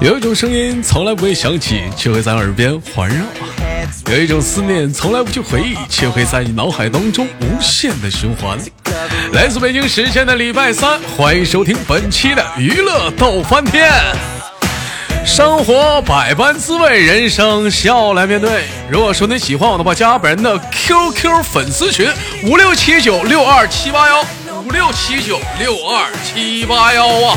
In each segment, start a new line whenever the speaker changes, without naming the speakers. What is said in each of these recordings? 有一种声音从来不会响起，却会在耳边环绕；有一种思念从来不去回忆，却会在你脑海当中无限的循环。来自北京时间的礼拜三，欢迎收听本期的娱乐逗翻天。生活百般滋味，人生笑来面对。如果说你喜欢我的话，加本人的 QQ 粉丝群五六七九六二七八幺五六七九六二七八幺啊。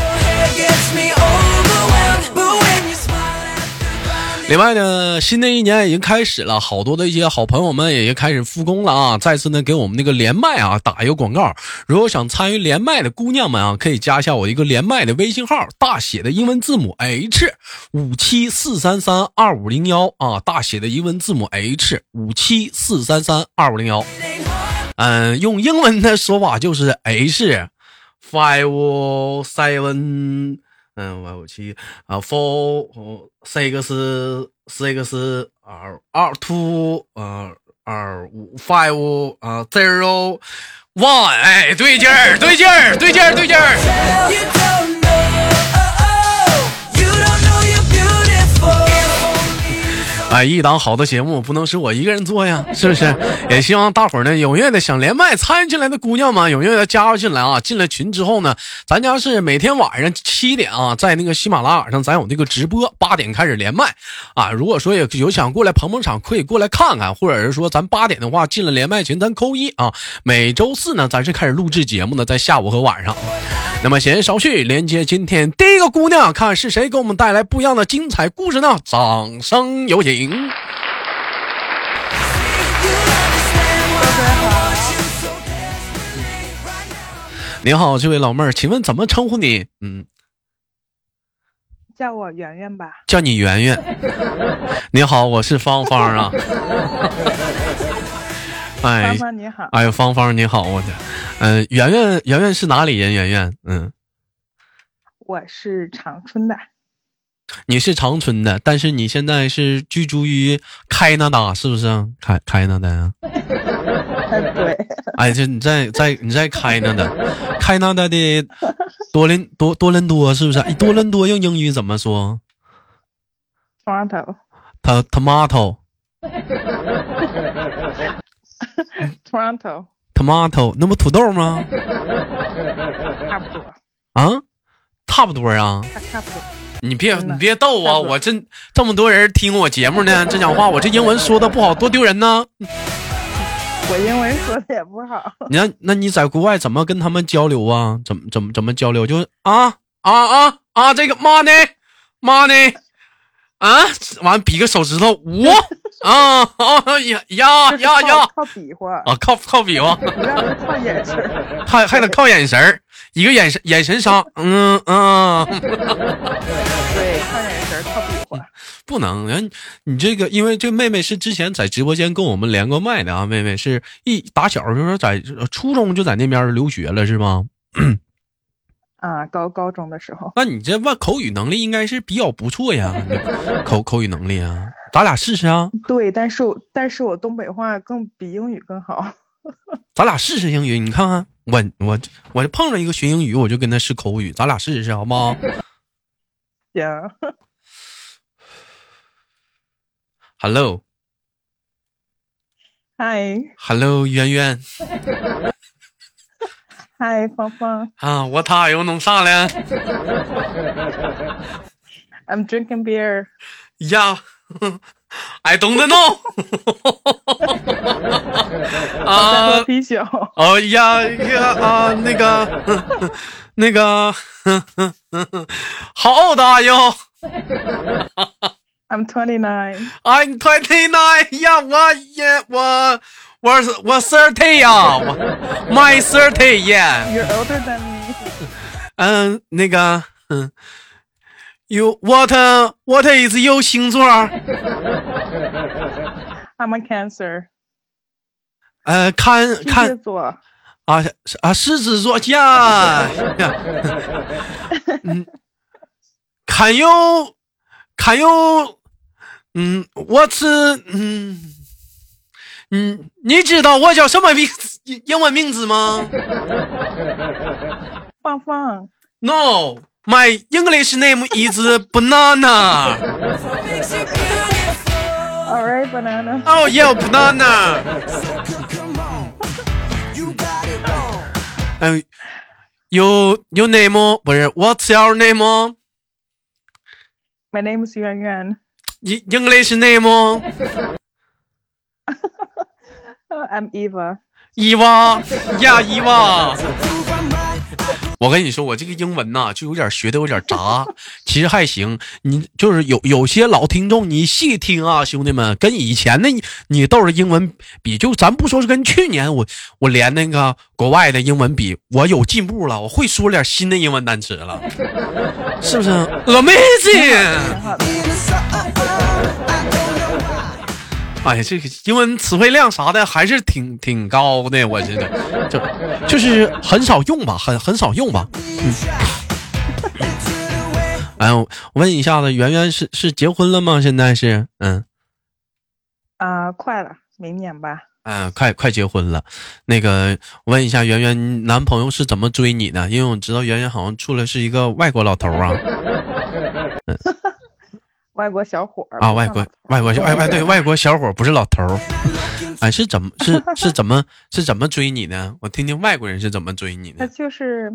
另外呢，新的一年已经开始了，好多的一些好朋友们也开始复工了啊！再次呢，给我们那个连麦啊打一个广告。如果想参与连麦的姑娘们啊，可以加一下我一个连麦的微信号，大写的英文字母 H 五七四三三二五零幺啊，大写的英文字母 H 五七四三三二五零幺。嗯，用英文的说法就是 H five seven。嗯，Y 五七啊，four six six 二二 two 呃二五 five 啊 zero one，哎，对劲儿，对劲儿，对劲儿，对劲儿。哎，一档好的节目不能是我一个人做呀，是不是？也希望大伙儿呢踊跃的想连麦参与进来的姑娘们踊跃的加入进来啊！进了群之后呢，咱家是每天晚上七点啊，在那个喜马拉雅上咱有那个直播，八点开始连麦啊。如果说也有想过来捧捧场，可以过来看看，或者是说咱八点的话进了连麦群，咱扣一啊。每周四呢，咱是开始录制节目呢，在下午和晚上。那么闲言少叙，连接今天第一个姑娘，看是谁给我们带来不一样的精彩故事呢？掌声有请！你好，这位老妹儿，请问怎么称呼你？嗯，
叫我圆圆吧。
叫你圆圆。你好，我是芳芳啊。哎
芳，芳你好，
哎呦，芳芳你好，我的，嗯、圆圆，圆圆是哪里人？圆圆，嗯，
我是长春的，
你是长春的，但是你现在是居住于开拿大，是不是啊？开开拿大啊？
哎对，
哎，这你在在你在开拿 大，开拿大的多伦多多伦多是不是？哎多伦多用英语怎么说？
双羊头，
他 tomato
双羊头，
tomato，那不土豆吗？
差不多，
啊，差不多啊。
差差不多。
你别
真
你
的
别逗
差
啊！
不多
我这这么多人听我节目呢，这讲话我这英文说的不好，多丢人呢。
我英文说的也不好，
你看，那你在国外怎么跟他们交流啊？怎么怎么怎么交流？就是啊啊啊啊，这个妈呢妈呢啊，完比个手指头五啊啊呀呀呀
就是靠
呀
靠比划，
啊，靠靠比划，
不让人靠眼神儿。
还还得靠眼神儿，一个眼神眼神杀，嗯嗯。
对，靠眼神儿，靠比划。
不能，人你这个，因为这妹妹是之前在直播间跟我们连过麦的啊，妹妹是一打小就说在初中就在那边留学了是吗？
啊，高高中的时候，
那你这外口语能力应该是比较不错呀， 口口语能力啊，咱俩试试啊，
对，但是我但是我东北话更比英语更好。
咱俩试试英语，你看看我我我就碰上一个学英语，我就跟他试口语，咱俩试啊试好不好
行，
？Hello
嗨
Hello，圆圆
嗨，芳芳
啊，我他又弄啥了
，I'm drinking beer。
呀？I don't know
在
啊
喝。啤酒，
哦呀呀啊，那个，那个，好大哟
I'm twenty nine。
！I'm twenty nine 呀，我也我我是我 thirty 呀，我 my thirty 耶。
You're older than me。
嗯，那个，嗯，you what what is you 星座？
I'm a Cancer。
呃，看
巨
看
蟹座。
啊是啊，狮子座呀，呀嗯，Can you Can you 嗯，What's 嗯嗯，你知道我叫什么名字英英文名字吗
芳芳
？No， My English name is banana.
All right, banana.
Oh yeah, banana. Um, you you name 不是 What's your name?
My name is Yuan Yuan.
E- English name?
Uh, I'm Eva.
伊娃呀，伊娃。我跟你说，我这个英文呐、就有点学的有点杂，其实还行。你就是有有些老听众，你细听啊，兄弟们，跟以前的你你豆儿的英文比，就咱不说是跟去年我我连那个国外的英文比，我有进步了，我会说点新的英文单词了，是不是？Amazing！哎呀，这个英文词汇量啥的还是挺挺高的，我觉得就就是很少用吧，很很少用吧。哎，我我问一下子，圆圆是是结婚了吗？现在是嗯
啊、快了，明年吧。
嗯、哎快快结婚了。那个，我问一下圆圆，你男朋友是怎么追你的？因为我知道圆圆好像处的是一个外国老头啊
外国小伙儿
啊，
不
外
算
国
老头儿
外国小哎哎对，外国小伙不是老头儿。哎，是怎么是是怎么是怎么追你的？我听听外国人是怎么追你的
他。就是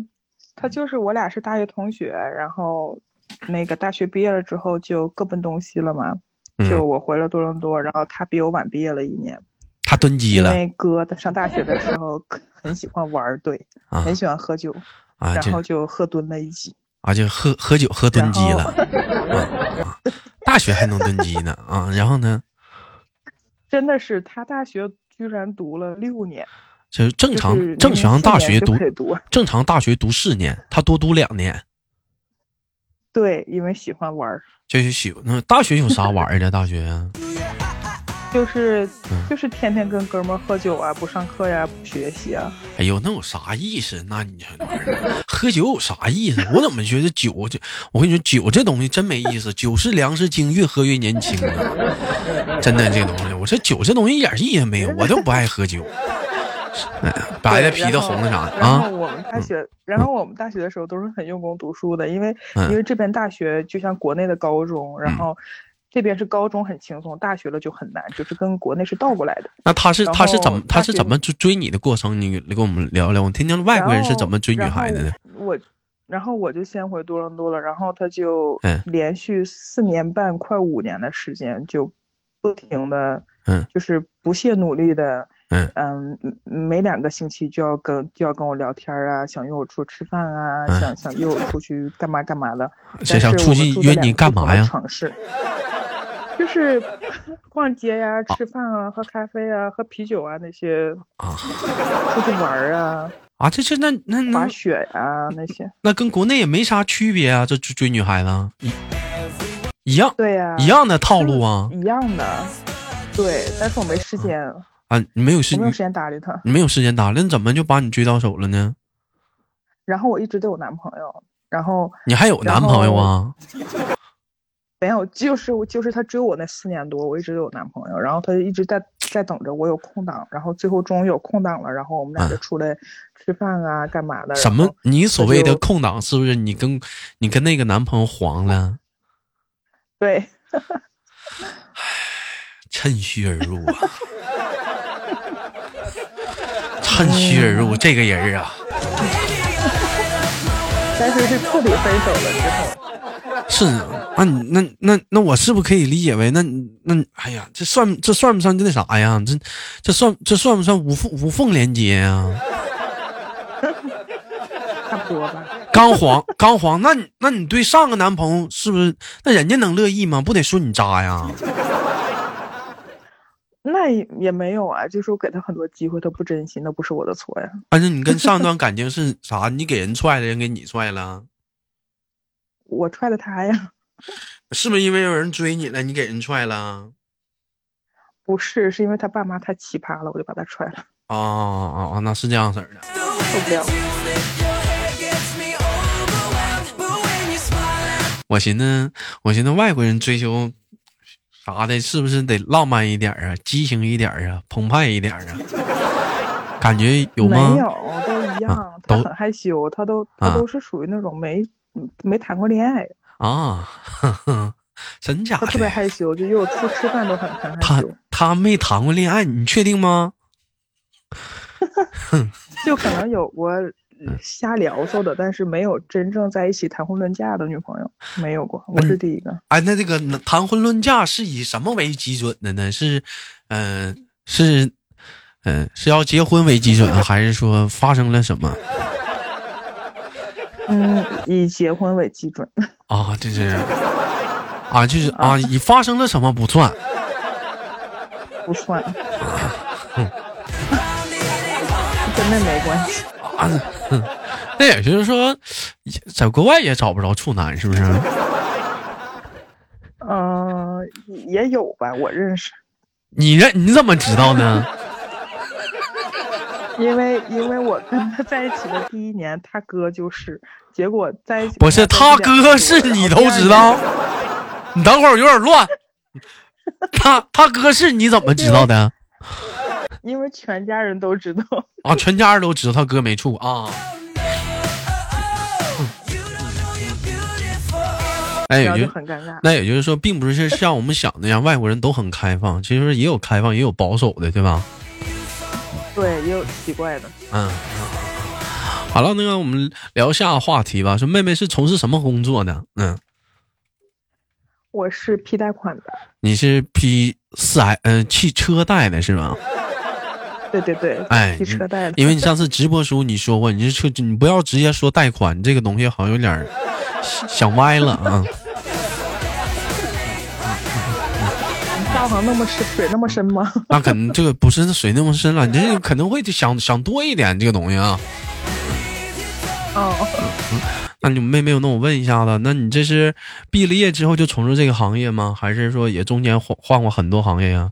他就是我俩是大学同学，然后那个大学毕业了之后就各奔东西了嘛。
嗯
就我回了多伦多，然后他比我晚毕业了一年。
他蹲鸡
因
了
为哥他上大学的时候很喜欢玩儿，对，
啊
很喜欢喝酒，
啊，
然
这
后就喝蹲了一起。
啊就喝喝酒喝蹲鸡
然
了
后
啊啊，大学还能蹲鸡呢啊，然后呢，
真的是他大学居然读了六年，
就是正
就
常
是
正常大学读
可以读。
正常大学读四年，他多读两年，
对，因为喜欢玩儿，
就是喜那大学有啥玩儿的？ 大学啊
就是
嗯
就是天天跟哥们儿喝酒啊，不上课呀，不学习啊。
哎呦，那有啥意思？那你这玩意儿，喝酒有啥意思？我怎么觉得酒这，我跟你说，酒这东西真没意思。酒是粮食精，越喝越年轻啊！ 真的，这东西，我说酒这东西一点意思没有，我都不爱喝酒。 哎呀白的、
对
啤的、红的啥的
然后
啊
然后我们大学，然后我们大学的时候都是很用功读书的，因为、
嗯
因为这边大学就像国内的高中，然
嗯
后这边是高中很轻松，大学了就很难，就是跟国内是倒过来的。
那他是
然
他是怎
后
么他
大
是
学
怎么追追你的过程？你你跟我们聊聊，我听听外国人是怎么追女孩子的。
然后我，然后我就先回多伦多了，然后他就
嗯
连续四年半、快五年的时间，就不停的，
嗯，
就是不懈努力的，
嗯
嗯，每两个星期就要跟就要跟我聊天啊，想约我出去吃饭啊，
嗯
想想约我出去干嘛干嘛的。
谁想
但是
出
我们
去
住在
约
两
你
个
干
不同
嘛
的
呀？
城市。就是 逛街呀、吃饭啊、喝咖啡啊、喝啤酒啊那些，
哦啊
出去玩儿啊、
啊，这这那那
滑
那
雪啊
嗯
那些。
那跟国内也没啥区别啊，这追追女孩子啊一一样
对呀、
一样的套路啊
一样的，对，但是我没时间，
啊！你没有时
我嗯没有
你
时间搭理他。
你没有时间搭理，那怎么就把你追到手了呢？
然后我一直都有男朋友，然后
你还有男朋友啊？
没有，就是我就是他追我那四年多，我一直都有男朋友，然后他一直在在等着我有空档，然后最后终于有空档了，然后我们俩就出来吃饭啊，干嘛的？
啊什
然
么
后？
你所谓的
就
空档是不是你跟你跟那个男朋友黄了？
对，
趁虚而入 啊！趁虚而
嗯
入，这个人儿啊，
但是是彻底分手了之后，
是啊，那你那那那我是不是可以理解为，那你那你哎呀，这算这算不算那啥呀？这这算这算不算无缝无缝连接呀、
差不多吧。
刚黄刚黄，那你那你对上个男朋友是不是？那人家能乐意吗？不得说你渣呀？
那也也没有啊，就是我给他很多机会，他不珍惜，那不是我的错呀。
反正你跟上段感情是啥？你给人踹了，人给你踹了，
我踹的他呀，
是不是因为有人追你了，你给人踹了？
不是，是因为他爸妈太奇葩了，我就把他踹了。
哦哦哦，那是这样式儿的。
受不了。
我寻思，我寻思外国人追求啥的，是不是得浪漫一点儿啊，激情一点儿啊，澎湃一点儿啊？感觉有吗？啊
没有，都一样。他
都
很害羞，他都
啊
他都是属于那种没没谈过恋爱，
啊， 呵呵真假
他特别
的？
害羞，就约我出吃饭都很很害
哎他
羞，
他没谈过恋爱，你确定吗？
就可能有过
嗯
瞎聊骚的，但是没有真正在一起谈婚论嫁的女朋友，没有过，我是第一个。
哎，那这个谈婚论嫁是以什么为基准的呢？是，嗯、是，嗯、是要结婚为基准，啊还是说发生了什么
嗯，以结婚为基准，
啊？这是啊，就是啊，以发生了什么不算。
不算。 真的没关系，
啊，哼那也就是说，也在国外也找不着处男，是不是？
嗯、也有吧，我认识，
你认你怎么知道呢？
因为因为我跟他在一起的第一年，他哥就是，结果在一起
不是他哥是你都知道，你等会儿有点乱。他他哥是你怎么知道的？
因为全家人都知道，
啊，全家人都知道他哥没处啊。哎，
然后
也
就
就
很尴尬。
那也就是说，并不是像我们想的一样，外国人都很开放，其实也有开放，也有保守的，对吧？
对，也有奇怪的。
嗯，好了，那个我们聊下话题吧。说妹妹是从事什么工作的？嗯，
我是批贷款的，
你是批四 S 嗯汽车贷的是吧？
对对对，
哎
汽车贷的。
因为你上次直播时候你说过，你是车，你不要直接说贷款，这个东西好像有点儿想歪了啊。
大行那么深，水那么深吗？
那可能这个不是水那么深了，你这个可能会想想多一点这个东西啊。
哦，
那你妹妹，那我问一下子，那你这是毕了业之后就从事这个行业吗？还是说也中间换换过很多行业呀、啊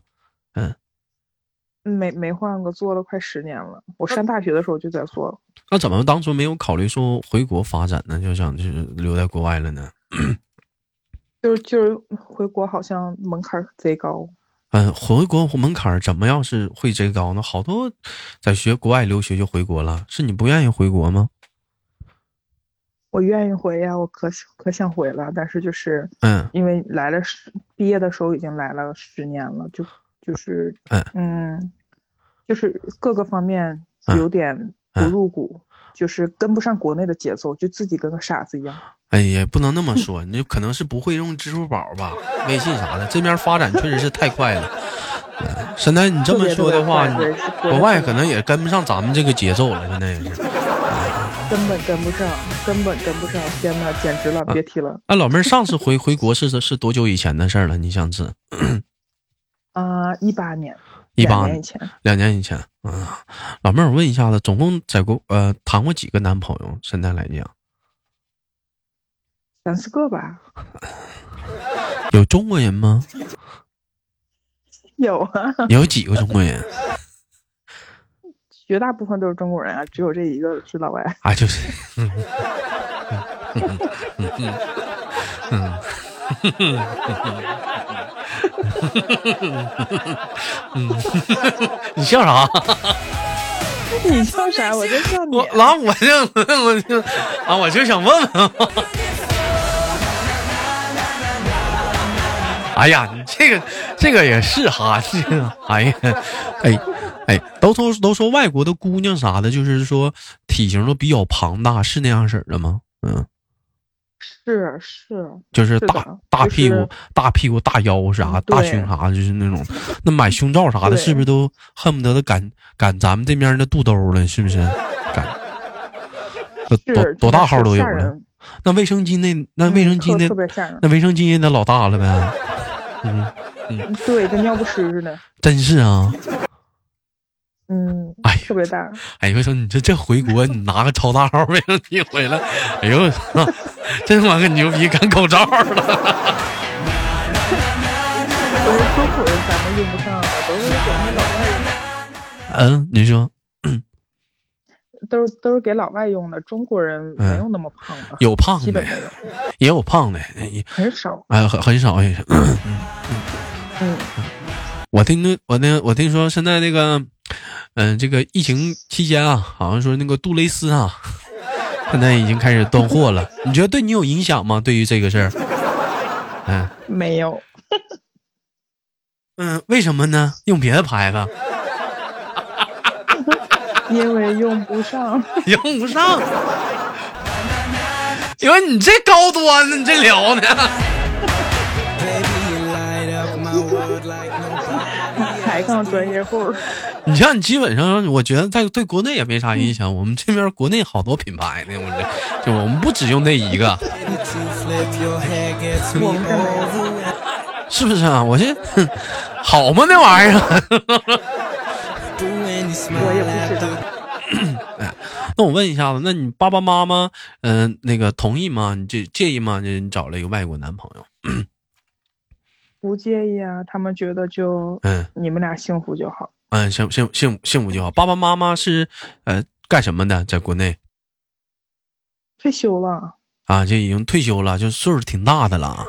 没没换过，做了快十年了。我上大学的时候就在做了。
那怎么当初没有考虑说回国发展呢？就想就是留在国外了呢？
就是就是回国好像门槛儿贼高，
嗯，回国门槛儿怎么样是会贼高呢？好多在学国外留学就回国了，是你不愿意回国吗？
我愿意回呀，我可想可想回了，但是就是
嗯
因为来了十，毕业的时候已经来了十年了，就就是
嗯
嗯，就是各个方面
嗯
有点不
嗯
入骨，就是跟不上国内的节奏，就自己跟个傻子一样。
哎，也不能那么说，你就可能是不会用支付宝吧、微信啥的，这边发展确实是太快了。嗯沈丹，你这么说的话，
特别特别快
你
对是
国外可能也跟不上咱们这个节奏了，现在也是。
根本跟不上，根本跟不上，天呐，简直
嗯
了，别提了。
那、老妹儿上次回回国是是多久以前的事儿了？你想知？
啊，一八年，
一
两
八
年以前，
两年以前啊，老妹儿，我问一下子，总共在国呃谈过几个男朋友？现在来讲，
三四个吧，
有中国人吗？
有啊，
有几个中国人？
绝大部分都是中国人啊，只有这一个是老外。
啊，就是，嗯嗯嗯嗯嗯你笑啥？
你笑啥？我就笑你
我。拿我这，我就 啊，我就想问 问。哎呀，你这个这个也是哈，这个哎呀，哎哎，都说都说外国的姑娘啥的，就是说体型都比较庞大，是那样式儿的吗？嗯，
是是，
就是
是
大
的
大
就是嗯
屁股、大屁股、大腰啥、
对
大胸啥，就是那种。那买胸罩啥的，
对
是不是都恨不得都赶赶咱们这边的肚兜了？是不是？ 赶都
是
多多大号都有
吓
了。
人嗯
那卫生巾那那卫生巾
特
那、
特别吓人，
那卫生巾也得老大了呗？嗯，
对，跟尿不湿似的。
真是啊！
嗯，
哎
特别大，
哎呦，我说你这这回国你拿个超大号 卫生巾回来，哎呦，我 操真他妈牛逼，赶口罩了。
我就说口人咱们用不上了，都是给那老外用
嗯，你说
的，都是都是给老外用的，中国人没有那么胖的，
嗯有胖
基
的
本，没有，
也有胖的，也
很少。
哎，很很少也是。
嗯，
我听说，我那我听说现在那个，嗯、这个疫情期间啊，好像说那个杜蕾斯啊， 现在已经开始断货了。你觉得对你有影响吗？对于这个事儿，嗯
没有，
嗯，为什么呢？用别的牌子
因为用不上。
用不上。因为你这高端呢，你这聊呢？
抬杠专业户儿，
你像你基本上，我觉得在对国内也没啥影响。我们这边国内好多品牌呢，我这就我们不只用那一个，
我们这没有。
是不是啊？我这好吗？那玩意儿？
我也不知道，
那我问一下子，那你爸爸妈妈，嗯、那个同意吗？你介介意吗？你你找了一个外国男朋友，
不介意啊。他们觉得就
嗯
你们俩幸福就好。
嗯，幸幸幸幸福就好。爸爸妈妈是呃干什么的？在国内
退休了，
啊，就已经退休了，就岁数挺大的了啊。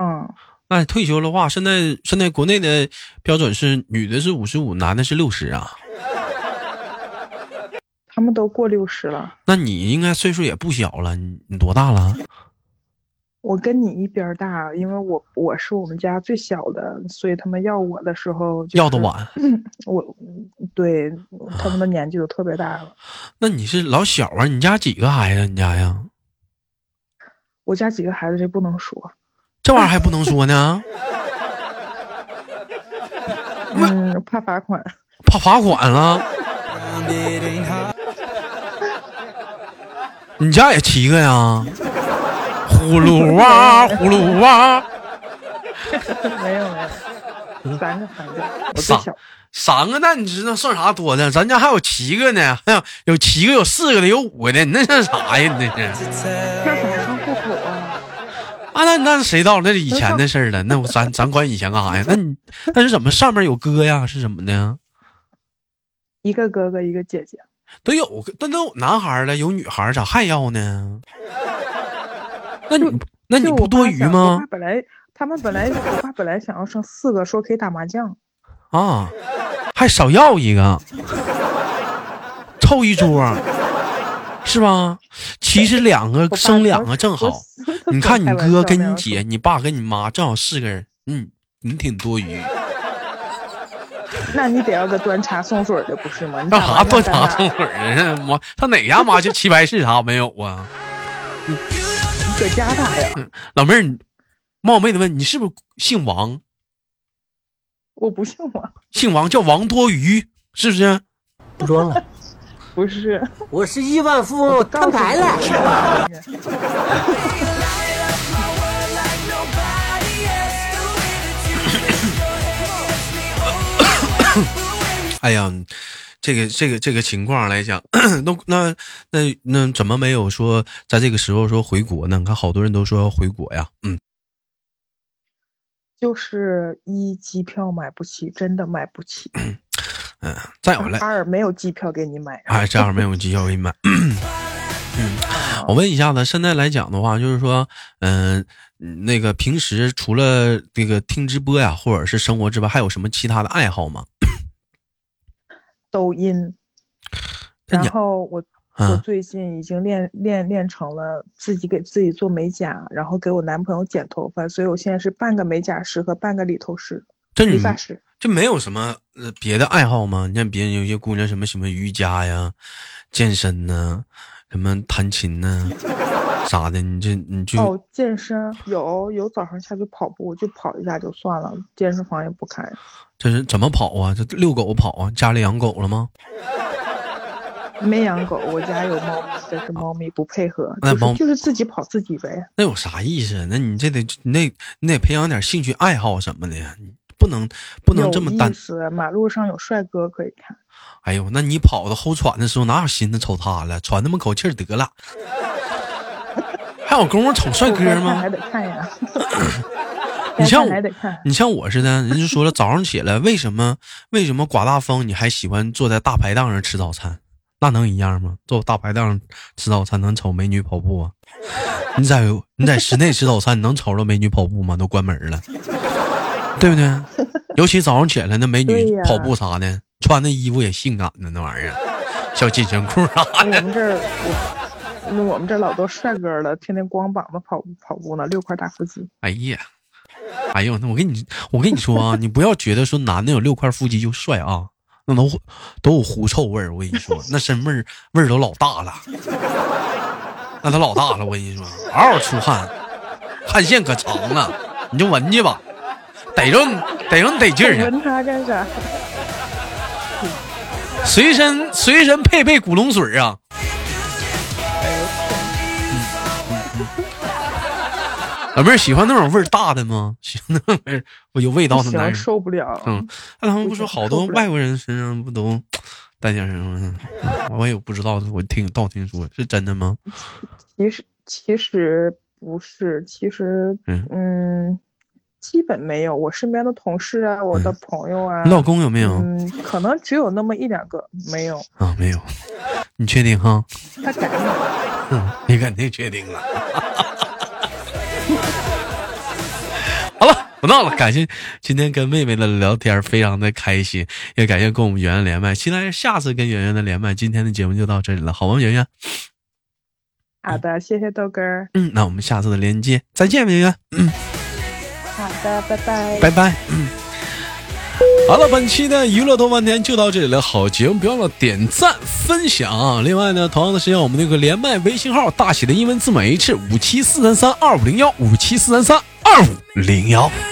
嗯，
那退休的话，现在现在国内的标准是女的是五十五，男的是六十啊。
他们都过六十了，
那你应该岁数也不小了，你你多大了？
我跟你一边儿大，因为我我是我们家最小的，所以他们要我的时候、就是、
要的。晚。
我对他们的年纪都特别大了。
那你是老小啊？你家几个孩子？你家呀？
我家几个孩子这不能说，
这玩意儿还不能说呢，
嗯，怕罚款。
怕罚款啊了。你家也七个呀？葫芦娃、葫芦娃、
没有没有， 三个 孩子，我最
傻
小。
三个，那你知道算啥多的？咱家还有七个呢，还有有七个，有四个的，有五个的，你那算啥呀？你那是
那怎么上户口啊？
啊？那那谁到那是以前的事儿了，那我咱咱管以前干啥呀？那你那是怎么上面有哥呀？是怎么的？
一个哥哥，一个姐姐。
都有个，那都有男孩儿了，有女孩儿咋还要呢？那你那你
就
不
我
多
爸
余
想我
吗
爸？本来他们本来我爸本来想要生四个，说可以打麻将。
啊，还少要一个，凑一桌，是吧？其实两个
我爸
生两
当
个正
我
好。你看你
开玩
哥
笑
跟
那
你
样
姐、你爸跟你妈正好四个人，嗯，你挺多余。
那你得要个端茶送水的，不是吗？你
干
打
啥
麻
端
将
茶
干啥
送水儿啊？我上哪家麻将棋牌室啥没有啊？
你搁家打呀？
老妹儿，你冒昧的问，你是不是姓王？
我不信我，
姓王叫王多余，是不是？
不装了，
不是，
我是亿万富翁，我摊牌了。
了。
哎呀，这个这个这个情况来讲，那那那那怎么没有说在这个时候说回国呢？你看好多人都说要回国呀，嗯，
就是一机票买不起，真的买不起。
再嗯有来，
二没有机票给你买。
哎，这样没有机会给你 买。嗯，我问一下子，现在来讲的话，就是说，嗯、那个平时除了这个听直播呀，或者是生活之外，还有什么其他的爱好吗？
抖音，
那
然
你
后我。我
嗯，
最近已经练练练成了自己给自己做美甲，然后给我男朋友剪头发，所以我现在是半个美甲师和半个理头师、
这
理
你
发师。
就没有什么呃别的爱好吗？你像别人有些姑娘什么什么瑜伽呀、健身呐、什么弹琴呐、啥的，你这你就、
哦，健身有有早上下去跑步，就跑一下就算了，健身房也不开。
这是怎么跑啊？这遛狗跑啊？家里养狗了吗？
没养狗，我家有猫咪，但是猫咪不配合，
那
就是
哎猫
就是自己跑自己呗。
那有啥意思啊？那你这得你得你得培养点兴趣爱好什么的呀，你不能不能这么
有
单
意。思，马路上有帅哥可以看，
哎呦，那你跑到后喘的时候哪有心思瞅他了？喘那么口气儿得了。 还有功夫瞅帅
我
哥
该看
吗
还？得看呀。
你像
该看
我
还得看，
你像我似的，人家说了，早上起来为什么为什么刮大风你还喜欢坐在大排档上吃早餐？那能一样吗？坐大排档上吃早餐能瞅美女跑步啊？你在你在室内吃早餐，你能瞅着美女跑步吗？都关门了，对不对？尤其早上起来那美
对
女
呀
跑步啥的，穿的衣服也性感呢，那玩意儿，小紧身裤啥啊
我
的。
们这儿我那我们这老多帅哥了，天天光膀子跑跑步呢，六块大腹肌。
哎呀，哎呦，那我跟你我跟你说啊，你不要觉得说男的有六块腹肌就帅啊，那都都有狐臭味儿。我跟你说，那身味儿味儿都老大了，那都老大了。我跟你说，嗷嗷出汗，汗腺可长了，你就闻去吧，逮着你逮着你得劲儿啊去。
闻他干啥？
随身随身配备古龙水啊。老妹儿喜欢那种味儿大的吗？喜欢那种味儿我有味道的男
行，
人。
受不了。
嗯，那他们不说好多
受不了
外国人身上不都带点什么呢？嗯我也不知道，我听倒听说是真的吗？
其实其实不是，其实
嗯
嗯，基本没有。我身边的同事啊，我
嗯
的朋友啊
你，老公有没有、
嗯，可能只有那么一两个没有。
啊？没有，你确定哈？
他敢吗？
嗯，你肯定确定了。 好了，不闹了，感谢今天跟妹妹的聊天，非常的开心，也感谢跟我们圆圆连麦，期待下次跟圆圆的连麦。今天的节目就到这里了，好吗？圆圆，
好的，谢谢豆哥儿。
嗯，那我们下次的连接再见，圆圆，
好的，拜拜。
拜拜。嗯，好了，本期的娱乐多半天就到这里了，好节目不要忘了点赞分享啊。另外呢，同样的时间我们那个连麦微信号大写的英文字母 H 五七四三三二五零幺五七四三三二五零幺。
「君の